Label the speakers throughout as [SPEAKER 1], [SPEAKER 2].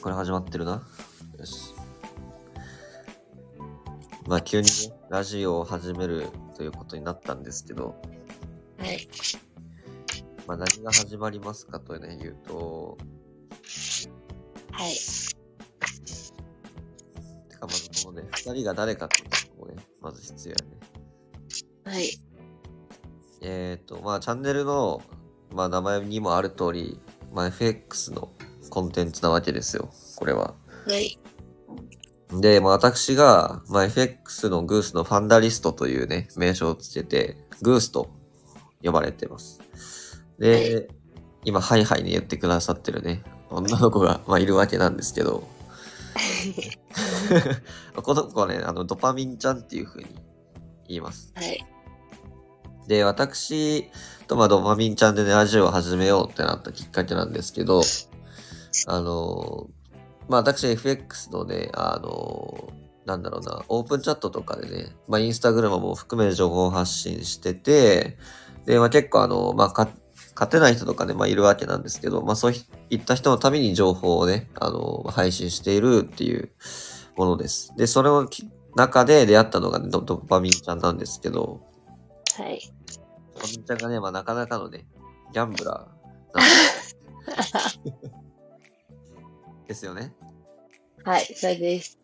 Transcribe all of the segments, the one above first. [SPEAKER 1] これ始まってるな。よし。まあ、急にね、ラジオを始めるということになったんですけど、
[SPEAKER 2] はい。
[SPEAKER 1] まあ、何が始まりますかとね、言うと、
[SPEAKER 2] はい。
[SPEAKER 1] てか、まずこのね、二人が誰かっていうのもね、まず必要やね。
[SPEAKER 2] はい。
[SPEAKER 1] えっ、ー、と、まあ、チャンネルの、まあ、名前にもある通り、まあ、FX のコンテンツなわけですよ、これは。
[SPEAKER 2] はい。
[SPEAKER 1] で、まあ、私が、まあ、FX のグースのファンダリストというね、名称をつけて、グースと呼ばれてます。で、今、ハイハイに言ってくださってるね、女の子が、まあ、いるわけなんですけど、 この子はね、あの、ドパミンちゃんっていう風に言います。
[SPEAKER 2] はい。
[SPEAKER 1] で、私と、まあ、ドパミンちゃんでね、ラジオを始めようってなったきっかけなんですけど、あのーまあ、私 FX のね、あのーなんだろうな、オープンチャットとかでね、まあ、インスタグラムも含め情報発信してて、で、まあ、結構あの、まあ、か勝てない人とかね、まあ、いるわけなんですけど、まあ、そういった人のために情報をね、あのー配信しているっていうものです。で、それのき中で出会ったのが、ね、ドドパミンちゃんなんですけど、
[SPEAKER 2] はい。
[SPEAKER 1] ドパミンちゃんがね、まあ、なかなかのね、ギャンブラーなんでですよね。
[SPEAKER 2] はい。それです。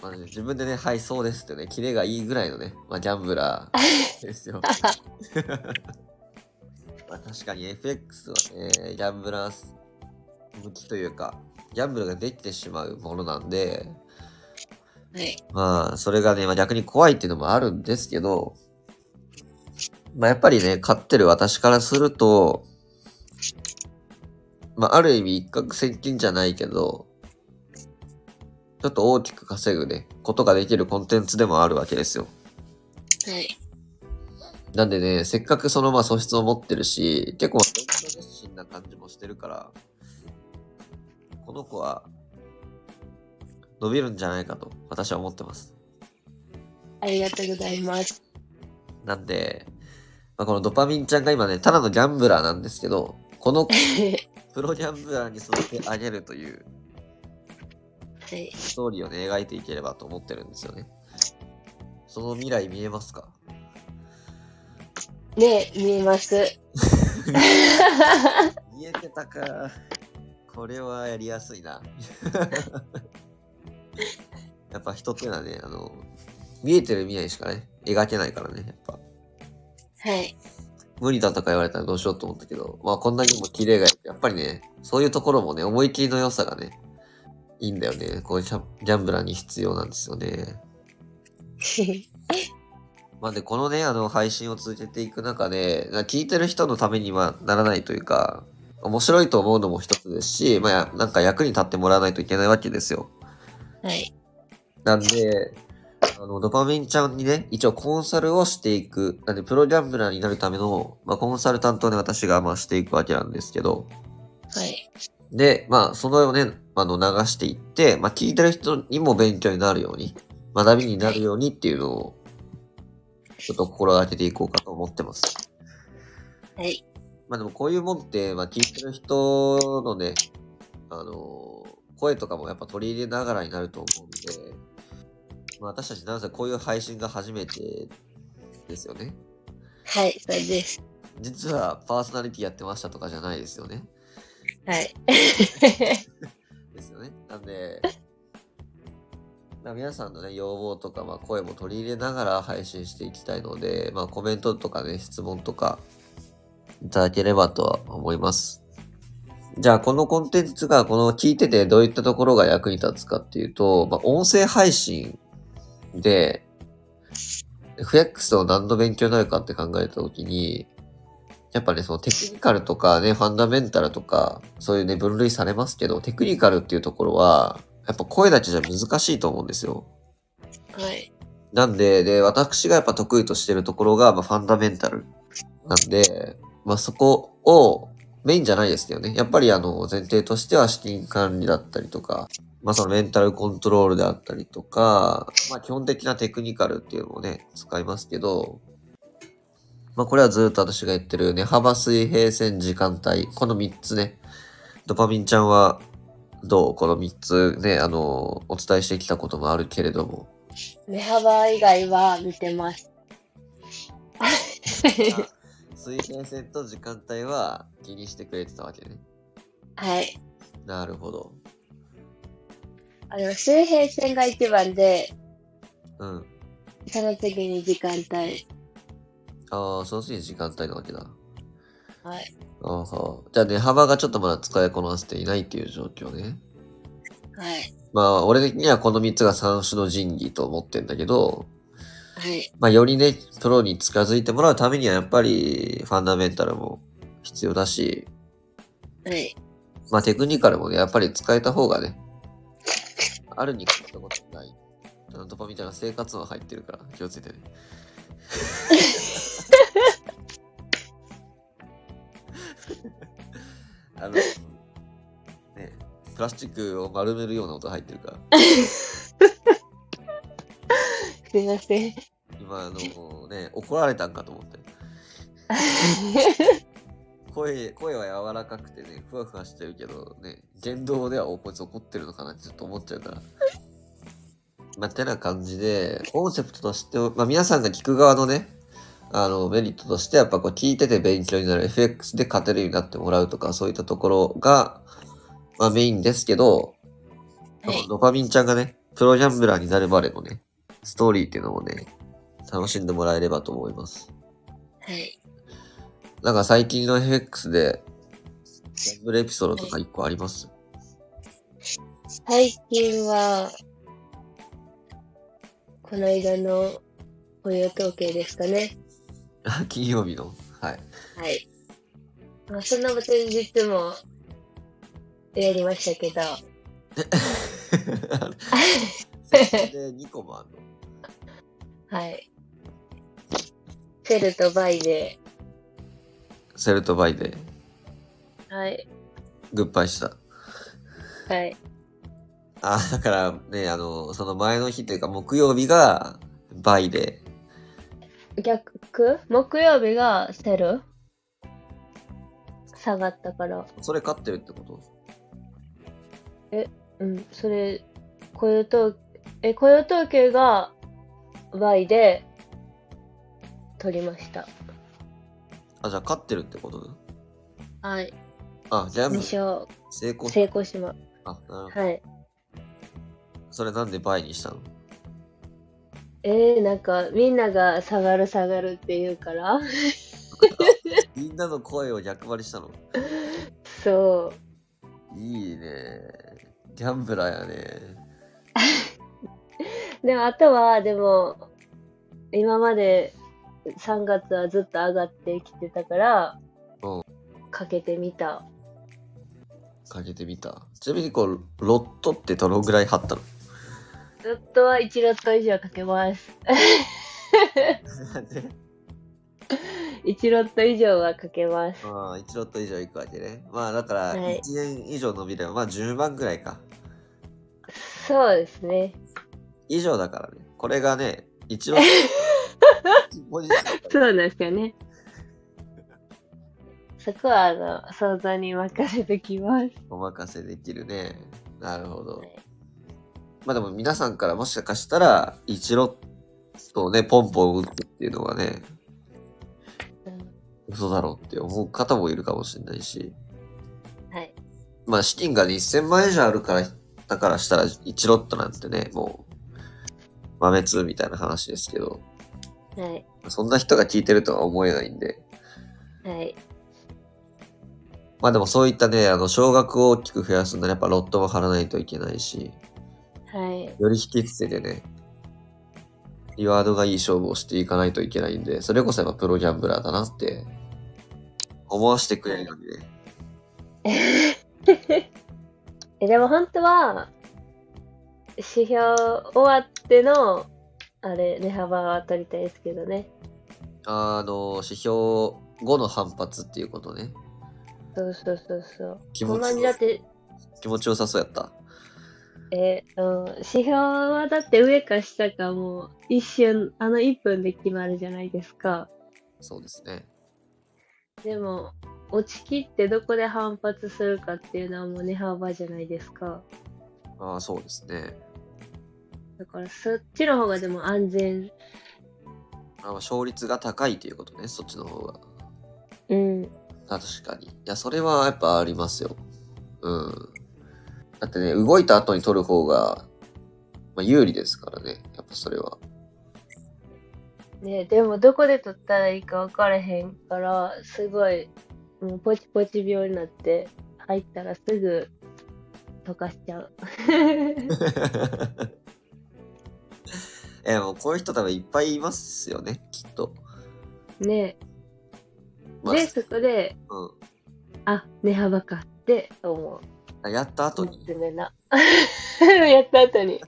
[SPEAKER 1] まあね、自分でね、はい、そうですってね、キレがいいぐらいのね、まあ、ギャンブラーですよ。 まあ確かに FX はね、ギャンブラー向きというか、ギャンブルができてしまうものなんで、
[SPEAKER 2] はい。
[SPEAKER 1] まあ、それがね、まあ、逆に怖いっていうのもあるんですけど、まあ、やっぱりね、勝ってる私からすると、まあ、ある意味一攫千金じゃないけど、ちょっと大きく稼ぐね、ことができるコンテンツでもあるわけですよ。
[SPEAKER 2] はい。
[SPEAKER 1] なんでね、せっかくそのまあ素質を持ってるし、結構勉強熱心な感じもしてるから、この子は伸びるんじゃないかと私は思ってます。
[SPEAKER 2] ありがとうございます。
[SPEAKER 1] なんで、まあ、このドパミンちゃんが今ね、ただのギャンブラーなんですけど、この
[SPEAKER 2] は
[SPEAKER 1] プロギャンブラーに育て上げるという
[SPEAKER 2] い。
[SPEAKER 1] ストーリーをね、描いていければと思ってるんですよね。その未来見えますか
[SPEAKER 2] ね見え ます。
[SPEAKER 1] 見えてたか。これはやりやすいな。 やっぱ人っていうのはね、あの、見えてる未来しかね、描けないからね、やっぱ。
[SPEAKER 2] はい。
[SPEAKER 1] 無理だとか言われたらどうしようと思ったけど、まあこんなにも綺麗がいいやっぱりね、そういうところもね、思い切りの良さがね、いいんだよね。こういうギャンギャンブラーに必要なんですよね。まあで、このね、あの、配信を続けていく中で、な聞いてる人のためにはならないというか、面白いと思うのも一つですし、まあや、なんか役に立ってもらわないといけないわけですよ。
[SPEAKER 2] はい。
[SPEAKER 1] なんで、あの、ドパミンちゃんにね、一応コンサルをしていく、なんで、プロギャンブラーになるための、まあ、コンサル担当で私が、まあ、していくわけなんですけど、
[SPEAKER 2] はい。
[SPEAKER 1] で、まあ、そのをね、あの、流していって、まあ、聞いてる人にも勉強になるように、学びになるようにっていうのを、ちょっと心がけていこうかと思ってます。
[SPEAKER 2] はい。
[SPEAKER 1] まあでもこういうもんって、まあ聞いてる人のね、あのー声とかもやっぱ取り入れながらになると思うんで、まあ私たちなんせこういう配信が初めてですよね。
[SPEAKER 2] はい。それです。
[SPEAKER 1] 実はパーソナリティやってましたとかじゃないですよね。
[SPEAKER 2] はい。
[SPEAKER 1] ですよね。なんで、まあ皆さんのね、要望とか、まあ、声も取り入れながら配信していきたいので、まあ、コメントとかね、質問とか、いただければとは思います。じゃあ、このコンテンツが、この聞いててどういったところが役に立つかっていうと、まあ、音声配信で、FX を何の勉強になるかって考えたときに、やっぱね、そのテクニカルとかね、ファンダメンタルとか、そういうね、分類されますけど、テクニカルっていうところは、やっぱ声だけじゃ難しいと思うんですよ。
[SPEAKER 2] はい。
[SPEAKER 1] なんで、で、私がやっぱ得意としてるところが、まあ、ファンダメンタル。なんで、まあ、そこを、メインじゃないですけどね。やっぱりあの、前提としては資金管理だったりとか、まあ、そのメンタルコントロールであったりとか、まあ、基本的なテクニカルっていうのをね、使いますけど、まあ、これはずっと私が言ってる、値幅水平線時間帯。この3つね。ドパミンちゃんは、どうこの3つね、あの、お伝えしてきたこともあるけれども。
[SPEAKER 2] 目幅以外は見てます。
[SPEAKER 1] 水平線と時間帯は気にしてくれてたわけね。
[SPEAKER 2] はい。
[SPEAKER 1] なるほど。
[SPEAKER 2] あの、周平線が一番で、
[SPEAKER 1] うん。
[SPEAKER 2] その次に時間帯。
[SPEAKER 1] ああ、その次に時間帯なわけだ。
[SPEAKER 2] はい。
[SPEAKER 1] あーはーじゃあ値幅がちょっとまだ使いこなせていないっていう状況ね。
[SPEAKER 2] はい。
[SPEAKER 1] まあ、俺的にはこの3つが三種の神器と思ってんだけど、
[SPEAKER 2] はい。
[SPEAKER 1] まあ、よりね、プロに近づいてもらうためにはやっぱりファンダメンタルも必要だし、
[SPEAKER 2] はい。
[SPEAKER 1] まあ、テクニカルもね、やっぱり使えた方がね、あるに越したことない。あのドパみたいな生活音入ってるから気をつけてね。あの、ね、プラスチックを丸めるような音入ってるから。
[SPEAKER 2] すいません。
[SPEAKER 1] 今、あの、ね、怒られたんかと思って。声声は柔らかくてね、ふわふわしてるけどね、言動ではおこいつ怒ってるのかなってちょっと思っちゃうから。 まあ、てな感じで、コンセプトとして、まあ、皆さんが聞く側のね、あの、メリットとして、やっぱこう聞いてて勉強になる FX で勝てるようになってもらうとか、そういったところが、まあ、メインですけど、
[SPEAKER 2] はい。
[SPEAKER 1] ドパミンちゃんがね、プロギャンブラーになるまでのね、ストーリーっていうのもね、楽しんでもらえればと思います。
[SPEAKER 2] はい。
[SPEAKER 1] なんか最近の FX で、ギャンブルエピソードとか1個あります
[SPEAKER 2] 最近は、この間の雇用統計ですかね。
[SPEAKER 1] あ金曜日の。はい。
[SPEAKER 2] はい。まあ、そんな前日もやりましたけど、
[SPEAKER 1] で、2個もあるの。
[SPEAKER 2] はい。セルとバイで、
[SPEAKER 1] セルとバイで、
[SPEAKER 2] はい。
[SPEAKER 1] グッバイした。
[SPEAKER 2] はい。
[SPEAKER 1] あ、だからね、あの、その前の日というか、木曜日が、バイで、
[SPEAKER 2] 逆木曜日がセル下がったから。
[SPEAKER 1] それ勝ってるってこと
[SPEAKER 2] うん、それ、雇用統え雇用統計が Y で取りました。
[SPEAKER 1] あ、じゃあ勝ってるってことだ。
[SPEAKER 2] はい。
[SPEAKER 1] あ、ギャンブル
[SPEAKER 2] 2勝
[SPEAKER 1] 成功。
[SPEAKER 2] 成功しま
[SPEAKER 1] あ、なるほど。
[SPEAKER 2] はい。
[SPEAKER 1] それなんでバイにしたの
[SPEAKER 2] えー、なんかみんなが下がる下がるって言うから。
[SPEAKER 1] みんなの声を逆張りしたの。
[SPEAKER 2] そ
[SPEAKER 1] いいね。ギャンブラーやね。
[SPEAKER 2] う。でもあとは、でも、今まで3月はずっと上がってきてたから、
[SPEAKER 1] う
[SPEAKER 2] かけてみた。
[SPEAKER 1] かけてみた。ちなみにこう、ロットってどのぐらい貼ったの
[SPEAKER 2] ずっとは1ロット以上かけます。1ロット以上はかけます。
[SPEAKER 1] まあ、1ロット以上いくわけね。まあ、だから、
[SPEAKER 2] はい
[SPEAKER 1] 1年以上伸びれば、まあ、10万ぐらいか。
[SPEAKER 2] そうですね。
[SPEAKER 1] 以上だからね。これがね、1ロッ ト。ポジション
[SPEAKER 2] そうなんですよね。そこはあの想像に任せてきます。
[SPEAKER 1] お任せできるね。なるほど
[SPEAKER 2] は。い
[SPEAKER 1] まあ、でも皆さんからもしかしたら、1ロットをね、ポンポン打ってっていうのがね、
[SPEAKER 2] うん
[SPEAKER 1] 嘘だろうって思う方もいるかもしれないし。
[SPEAKER 2] はい。
[SPEAKER 1] まあ、資金がね1000万円以上あるから、だからしたら1ロットなんてね、もう、豆通みたいな話ですけど、
[SPEAKER 2] はい。
[SPEAKER 1] そんな人が聞いてるとは思えないんで、
[SPEAKER 2] はい。
[SPEAKER 1] まあでもそういったね、あの、少額を大きく増やすんならやっぱロットも貼らないといけないし、
[SPEAKER 2] はい。
[SPEAKER 1] より引きつけてね、リワードがいい勝負をしていかないといけないんで、それこそやっぱプロギャンブラーだなって、思わせてくれるようにね。
[SPEAKER 2] えでも本当は、指標終わっての、あれ、値幅は取りたいですけどね。
[SPEAKER 1] あの、指標後の反発っていうことね。
[SPEAKER 2] そうそうそうそう。
[SPEAKER 1] 気
[SPEAKER 2] こ
[SPEAKER 1] 持
[SPEAKER 2] んな
[SPEAKER 1] ち
[SPEAKER 2] にだ
[SPEAKER 1] よ
[SPEAKER 2] って、
[SPEAKER 1] 気持ちよさそうやった。
[SPEAKER 2] えうん、指標はだって上か下かもう一瞬、あの1分で決まるじゃないですか。
[SPEAKER 1] そうですね。
[SPEAKER 2] でも、落ちきってどこで反発するかっていうのはもう値幅じゃないですか。
[SPEAKER 1] ああ、そうですね。
[SPEAKER 2] だからそっちの方がでも安全。
[SPEAKER 1] あまあ勝率が高いということね、そっちの方が。
[SPEAKER 2] うん。
[SPEAKER 1] あ確かに。いや、それはやっぱありますよ。うん。だってね、動いた後に取る方が、まあ、有利ですからね、やっぱそれは。
[SPEAKER 2] ね、でもどこで取ったらいいか分からへんから、すごい、もうポチポチ病になって、入ったらすぐ溶かしちゃう。
[SPEAKER 1] え、もうこういう人多分いっぱいいますよね、きっと。
[SPEAKER 2] ね
[SPEAKER 1] まあ
[SPEAKER 2] で、そこで、
[SPEAKER 1] うん
[SPEAKER 2] あ、値幅かって思う。
[SPEAKER 1] あ、やった後に。
[SPEAKER 2] 娘な。やった後に。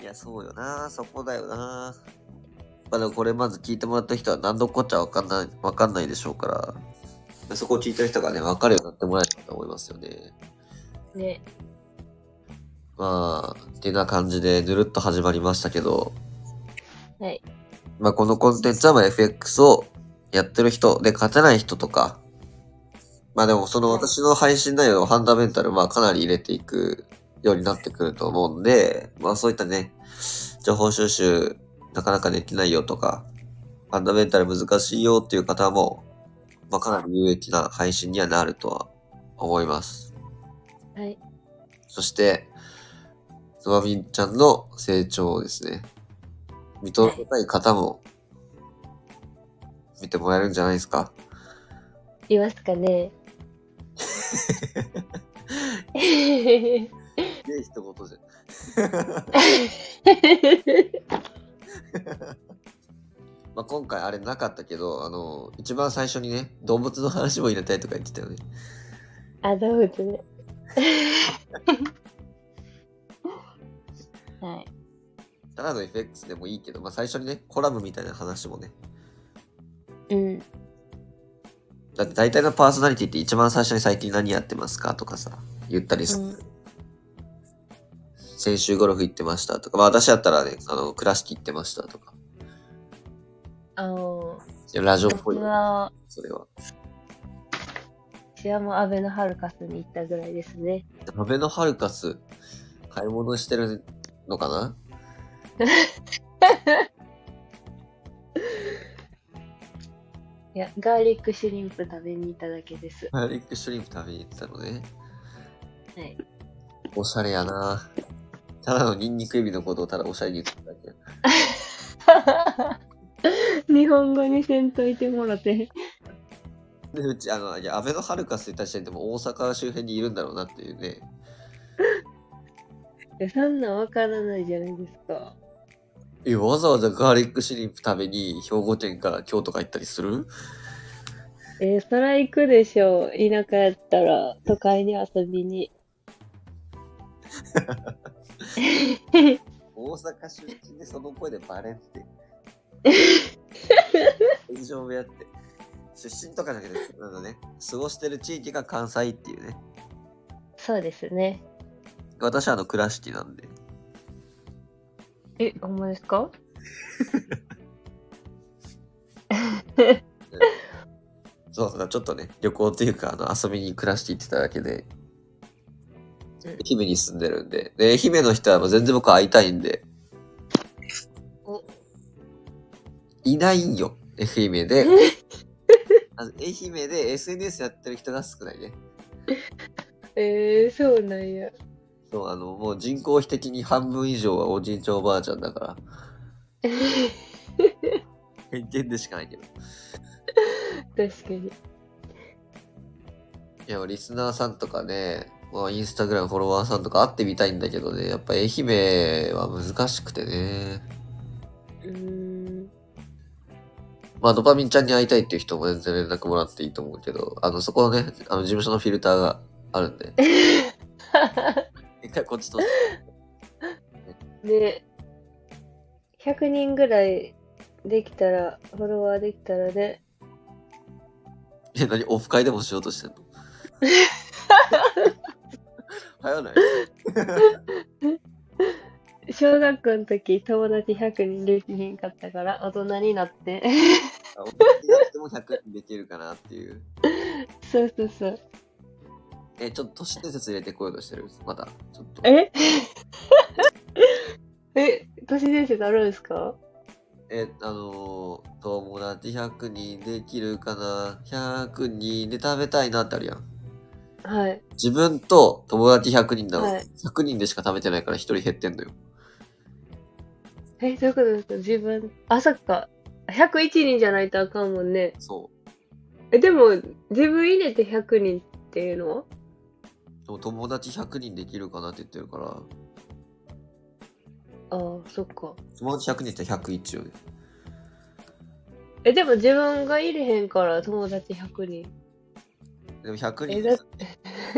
[SPEAKER 1] いや、そうよな、そこだよな。まあ、でもこれまず聞いてもらった人は何のこっちゃわかんない、わかんないでしょうから、そこを聞いてる人がね、わかるようになってもらえたらと思いますよね。
[SPEAKER 2] ね、
[SPEAKER 1] まあ、ってな感じで、ぬるっと始まりましたけど、
[SPEAKER 2] はい。
[SPEAKER 1] まあ、このコンテンツは、まあ、FX をやってる人で勝てない人とか、まあでも、その
[SPEAKER 2] はい
[SPEAKER 1] 私の配信内容のファンダメンタル、まあ、かなり入れていくようになってくると思うんで、まあ、そういったね、情報収集、なかなかできないよとか、ファンダメンタル難しいよっていう方も、まあ、かなり有益な配信にはなるとは思います。
[SPEAKER 2] はい。
[SPEAKER 1] そして、ゾワビンちゃんの成長をですね、認めたい方も、見てもらえるんじゃないですか。
[SPEAKER 2] いますかね。
[SPEAKER 1] で、一言じゃ。まあ、今回あれなかったけど、あの、一番最初にね、動物の話も入れたいとか言ってたよね。
[SPEAKER 2] あ、動物ね。はい。
[SPEAKER 1] ただの FX でもいいけど、まあ、最初にね、コラムみたいな話もね。
[SPEAKER 2] うん。
[SPEAKER 1] だって大体のパーソナリティって一番最初に最近何やってますかとかさ、言ったりする。
[SPEAKER 2] うん
[SPEAKER 1] 先週ゴルフ行ってましたとか、まあ、私だったらね、あの、倉敷行ってましたとか。
[SPEAKER 2] あの、
[SPEAKER 1] いやラジオっぽい
[SPEAKER 2] 私
[SPEAKER 1] よね。
[SPEAKER 2] は、
[SPEAKER 1] それは。
[SPEAKER 2] 私はもう安倍のハルカスに行ったぐらいですね。
[SPEAKER 1] アベノハルカス、買い物してるのかな
[SPEAKER 2] はいや、ガーリックシュリンプ食べに行っただけです。
[SPEAKER 1] ガーリックシュリンプ食べに行ってたのね。
[SPEAKER 2] はい。
[SPEAKER 1] おしゃれやなただのニンニクエビのことをただおしゃれに言ってただけ。
[SPEAKER 2] 日本語にせんといてもろて。
[SPEAKER 1] で、うち、あの、いや、アベノハルカス行った時点でもう大阪周辺にいるんだろうなっていうね。
[SPEAKER 2] いやそんなんわからないじゃないですか。
[SPEAKER 1] え、わざわざガーリックシュリンプ食べに兵庫県から京都から行ったりする
[SPEAKER 2] えー、そら行くでしょう。田舎やったら、都会に遊びに。
[SPEAKER 1] 大阪出身でその声でバレって。大丈夫やって。出身とかじゃなくて、なんだね、過ごしてる地域が関西っていうね。
[SPEAKER 2] そうですね。
[SPEAKER 1] 私はあの倉敷なんで。
[SPEAKER 2] え、ほんまですか
[SPEAKER 1] そうそう、ちょっとね、旅行っていうか、あの遊びに倉敷行ってただけで、
[SPEAKER 2] うん
[SPEAKER 1] 愛媛に住んでるんで、で、愛媛の人はもう全然僕会いたいんで、
[SPEAKER 2] お
[SPEAKER 1] いないんよ、愛媛で。あの愛媛で SNS やってる人が少ないね。
[SPEAKER 2] えー、そうなんや。
[SPEAKER 1] そう、あの、もう人口比的に半分以上はおじいちゃんおばあちゃんだから。偏見でしかないけど。い
[SPEAKER 2] 確かに。
[SPEAKER 1] や、リスナーさんとかね、まあ、インスタグラムフォロワーさんとか会ってみたいんだけどね、やっぱ愛媛は難しくてね。
[SPEAKER 2] うーん。
[SPEAKER 1] まあ、ドパミンちゃんに会いたいっていう人も全然連絡もらっていいと思うけど、あの、そこのね、あの、事務所のフィルターがあるんで、一回こっちと、
[SPEAKER 2] で、100人ぐらいできたら、フォロワーできたらね、
[SPEAKER 1] え、何、オフ会でもしようとしてんの早ない
[SPEAKER 2] 小学校の時、友達100人できへんかったから、大人になって。
[SPEAKER 1] あ大きくなっても100人できるかなっていう。
[SPEAKER 2] そうそうそう。
[SPEAKER 1] え、ちょっと都市伝説入れてこようとしてるまた。ちょっと。
[SPEAKER 2] え え、都市伝説あるんですか
[SPEAKER 1] え、あのー友達100人できるかな ?100 人で食べたいなってあるやん。
[SPEAKER 2] はい。
[SPEAKER 1] 自分と友達100人なのに、
[SPEAKER 2] はい
[SPEAKER 1] 100人でしか食べてないから1人減ってんのよ。
[SPEAKER 2] え、どういうことですか自分。あ、そっか。101人じゃないとあかんもんね。
[SPEAKER 1] そ
[SPEAKER 2] え、でも、自分入れて100人っていうのは
[SPEAKER 1] う。でも友達100人できるかなって言ってるから、
[SPEAKER 2] ああ、そっか。
[SPEAKER 1] 友達100人って101よね。
[SPEAKER 2] え、でも自分が入れへんから友達100人。
[SPEAKER 1] でも100
[SPEAKER 2] え
[SPEAKER 1] 人
[SPEAKER 2] だ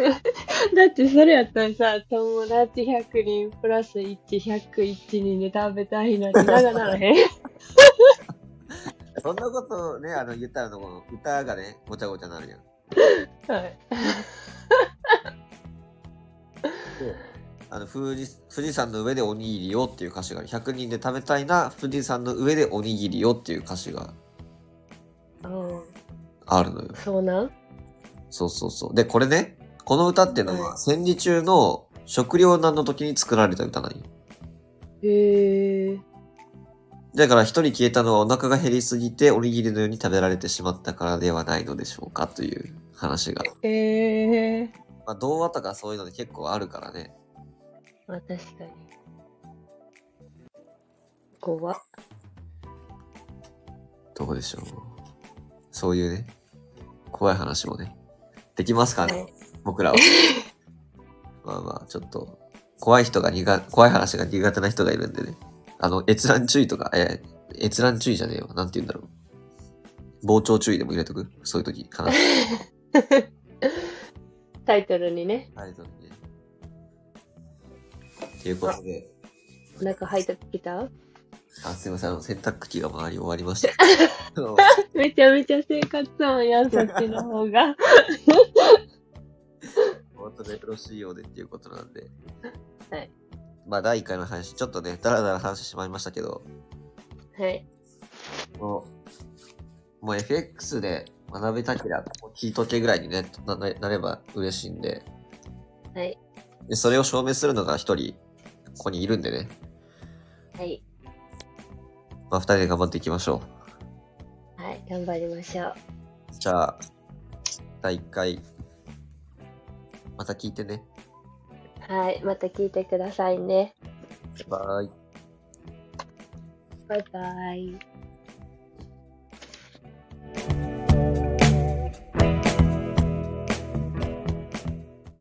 [SPEAKER 2] だってそれやったらさ、友達100人プラス1、101人で食べたいなって長ならへん。
[SPEAKER 1] そんなことね、あの言ったらあのこの歌がね、ごちゃごちゃなるやん。
[SPEAKER 2] はい。
[SPEAKER 1] あの富士富士山の上でおにぎりをっていう歌詞がある100人で食べたいな富士山の上でおにぎりをっていう歌詞が
[SPEAKER 2] ああ、
[SPEAKER 1] あるのよ
[SPEAKER 2] そうなん
[SPEAKER 1] そうそうそうでこれねこの歌っていうのは戦時中の食糧難の時に作られた歌なんよ
[SPEAKER 2] へえ。
[SPEAKER 1] だから一人消えたのはお腹が減りすぎておにぎりのように食べられてしまったからではないのでしょうかという話が、
[SPEAKER 2] へえ。
[SPEAKER 1] まあ、童話とかそういうので結構あるからね
[SPEAKER 2] まあ確かに。怖っ。
[SPEAKER 1] どうでしょうそういうね怖い話もねできますかね僕ら は。まあまあ、ちょっと、怖い人が苦、怖い話が苦手な人がいるんでね。あの、閲覧注意とか、えー、閲覧注意じゃねえわ。なんて言うんだろう。傍聴注意でも入れとくそういう時かな。
[SPEAKER 2] タイトルにね、
[SPEAKER 1] はい、そうね。ということで、
[SPEAKER 2] お腹入ってきた
[SPEAKER 1] あ、すいません、あの、洗濯機が回り終わりま した。あの
[SPEAKER 2] めちゃめちゃ生活音やん、そっちの方が。
[SPEAKER 1] 本当でよろしいようでっていうことなんで。
[SPEAKER 2] はい。
[SPEAKER 1] まあ、第1回の話、ちょっとね、だらだら話してしまいましたけど、
[SPEAKER 2] はい。
[SPEAKER 1] もう、もう FX で学べたけりゃ、聞いとけぐらいにね、なななれば嬉しいんで。
[SPEAKER 2] はい。
[SPEAKER 1] で、それを証明するのが一人、ここにいるんでね。
[SPEAKER 2] はい。
[SPEAKER 1] まあ、二人で頑張っていきましょ
[SPEAKER 2] はい。頑張りましょう。
[SPEAKER 1] う。じゃあ、第1回、また聞いてね。
[SPEAKER 2] はい。また聞いてくださいね。
[SPEAKER 1] バイ。
[SPEAKER 2] バイバイ。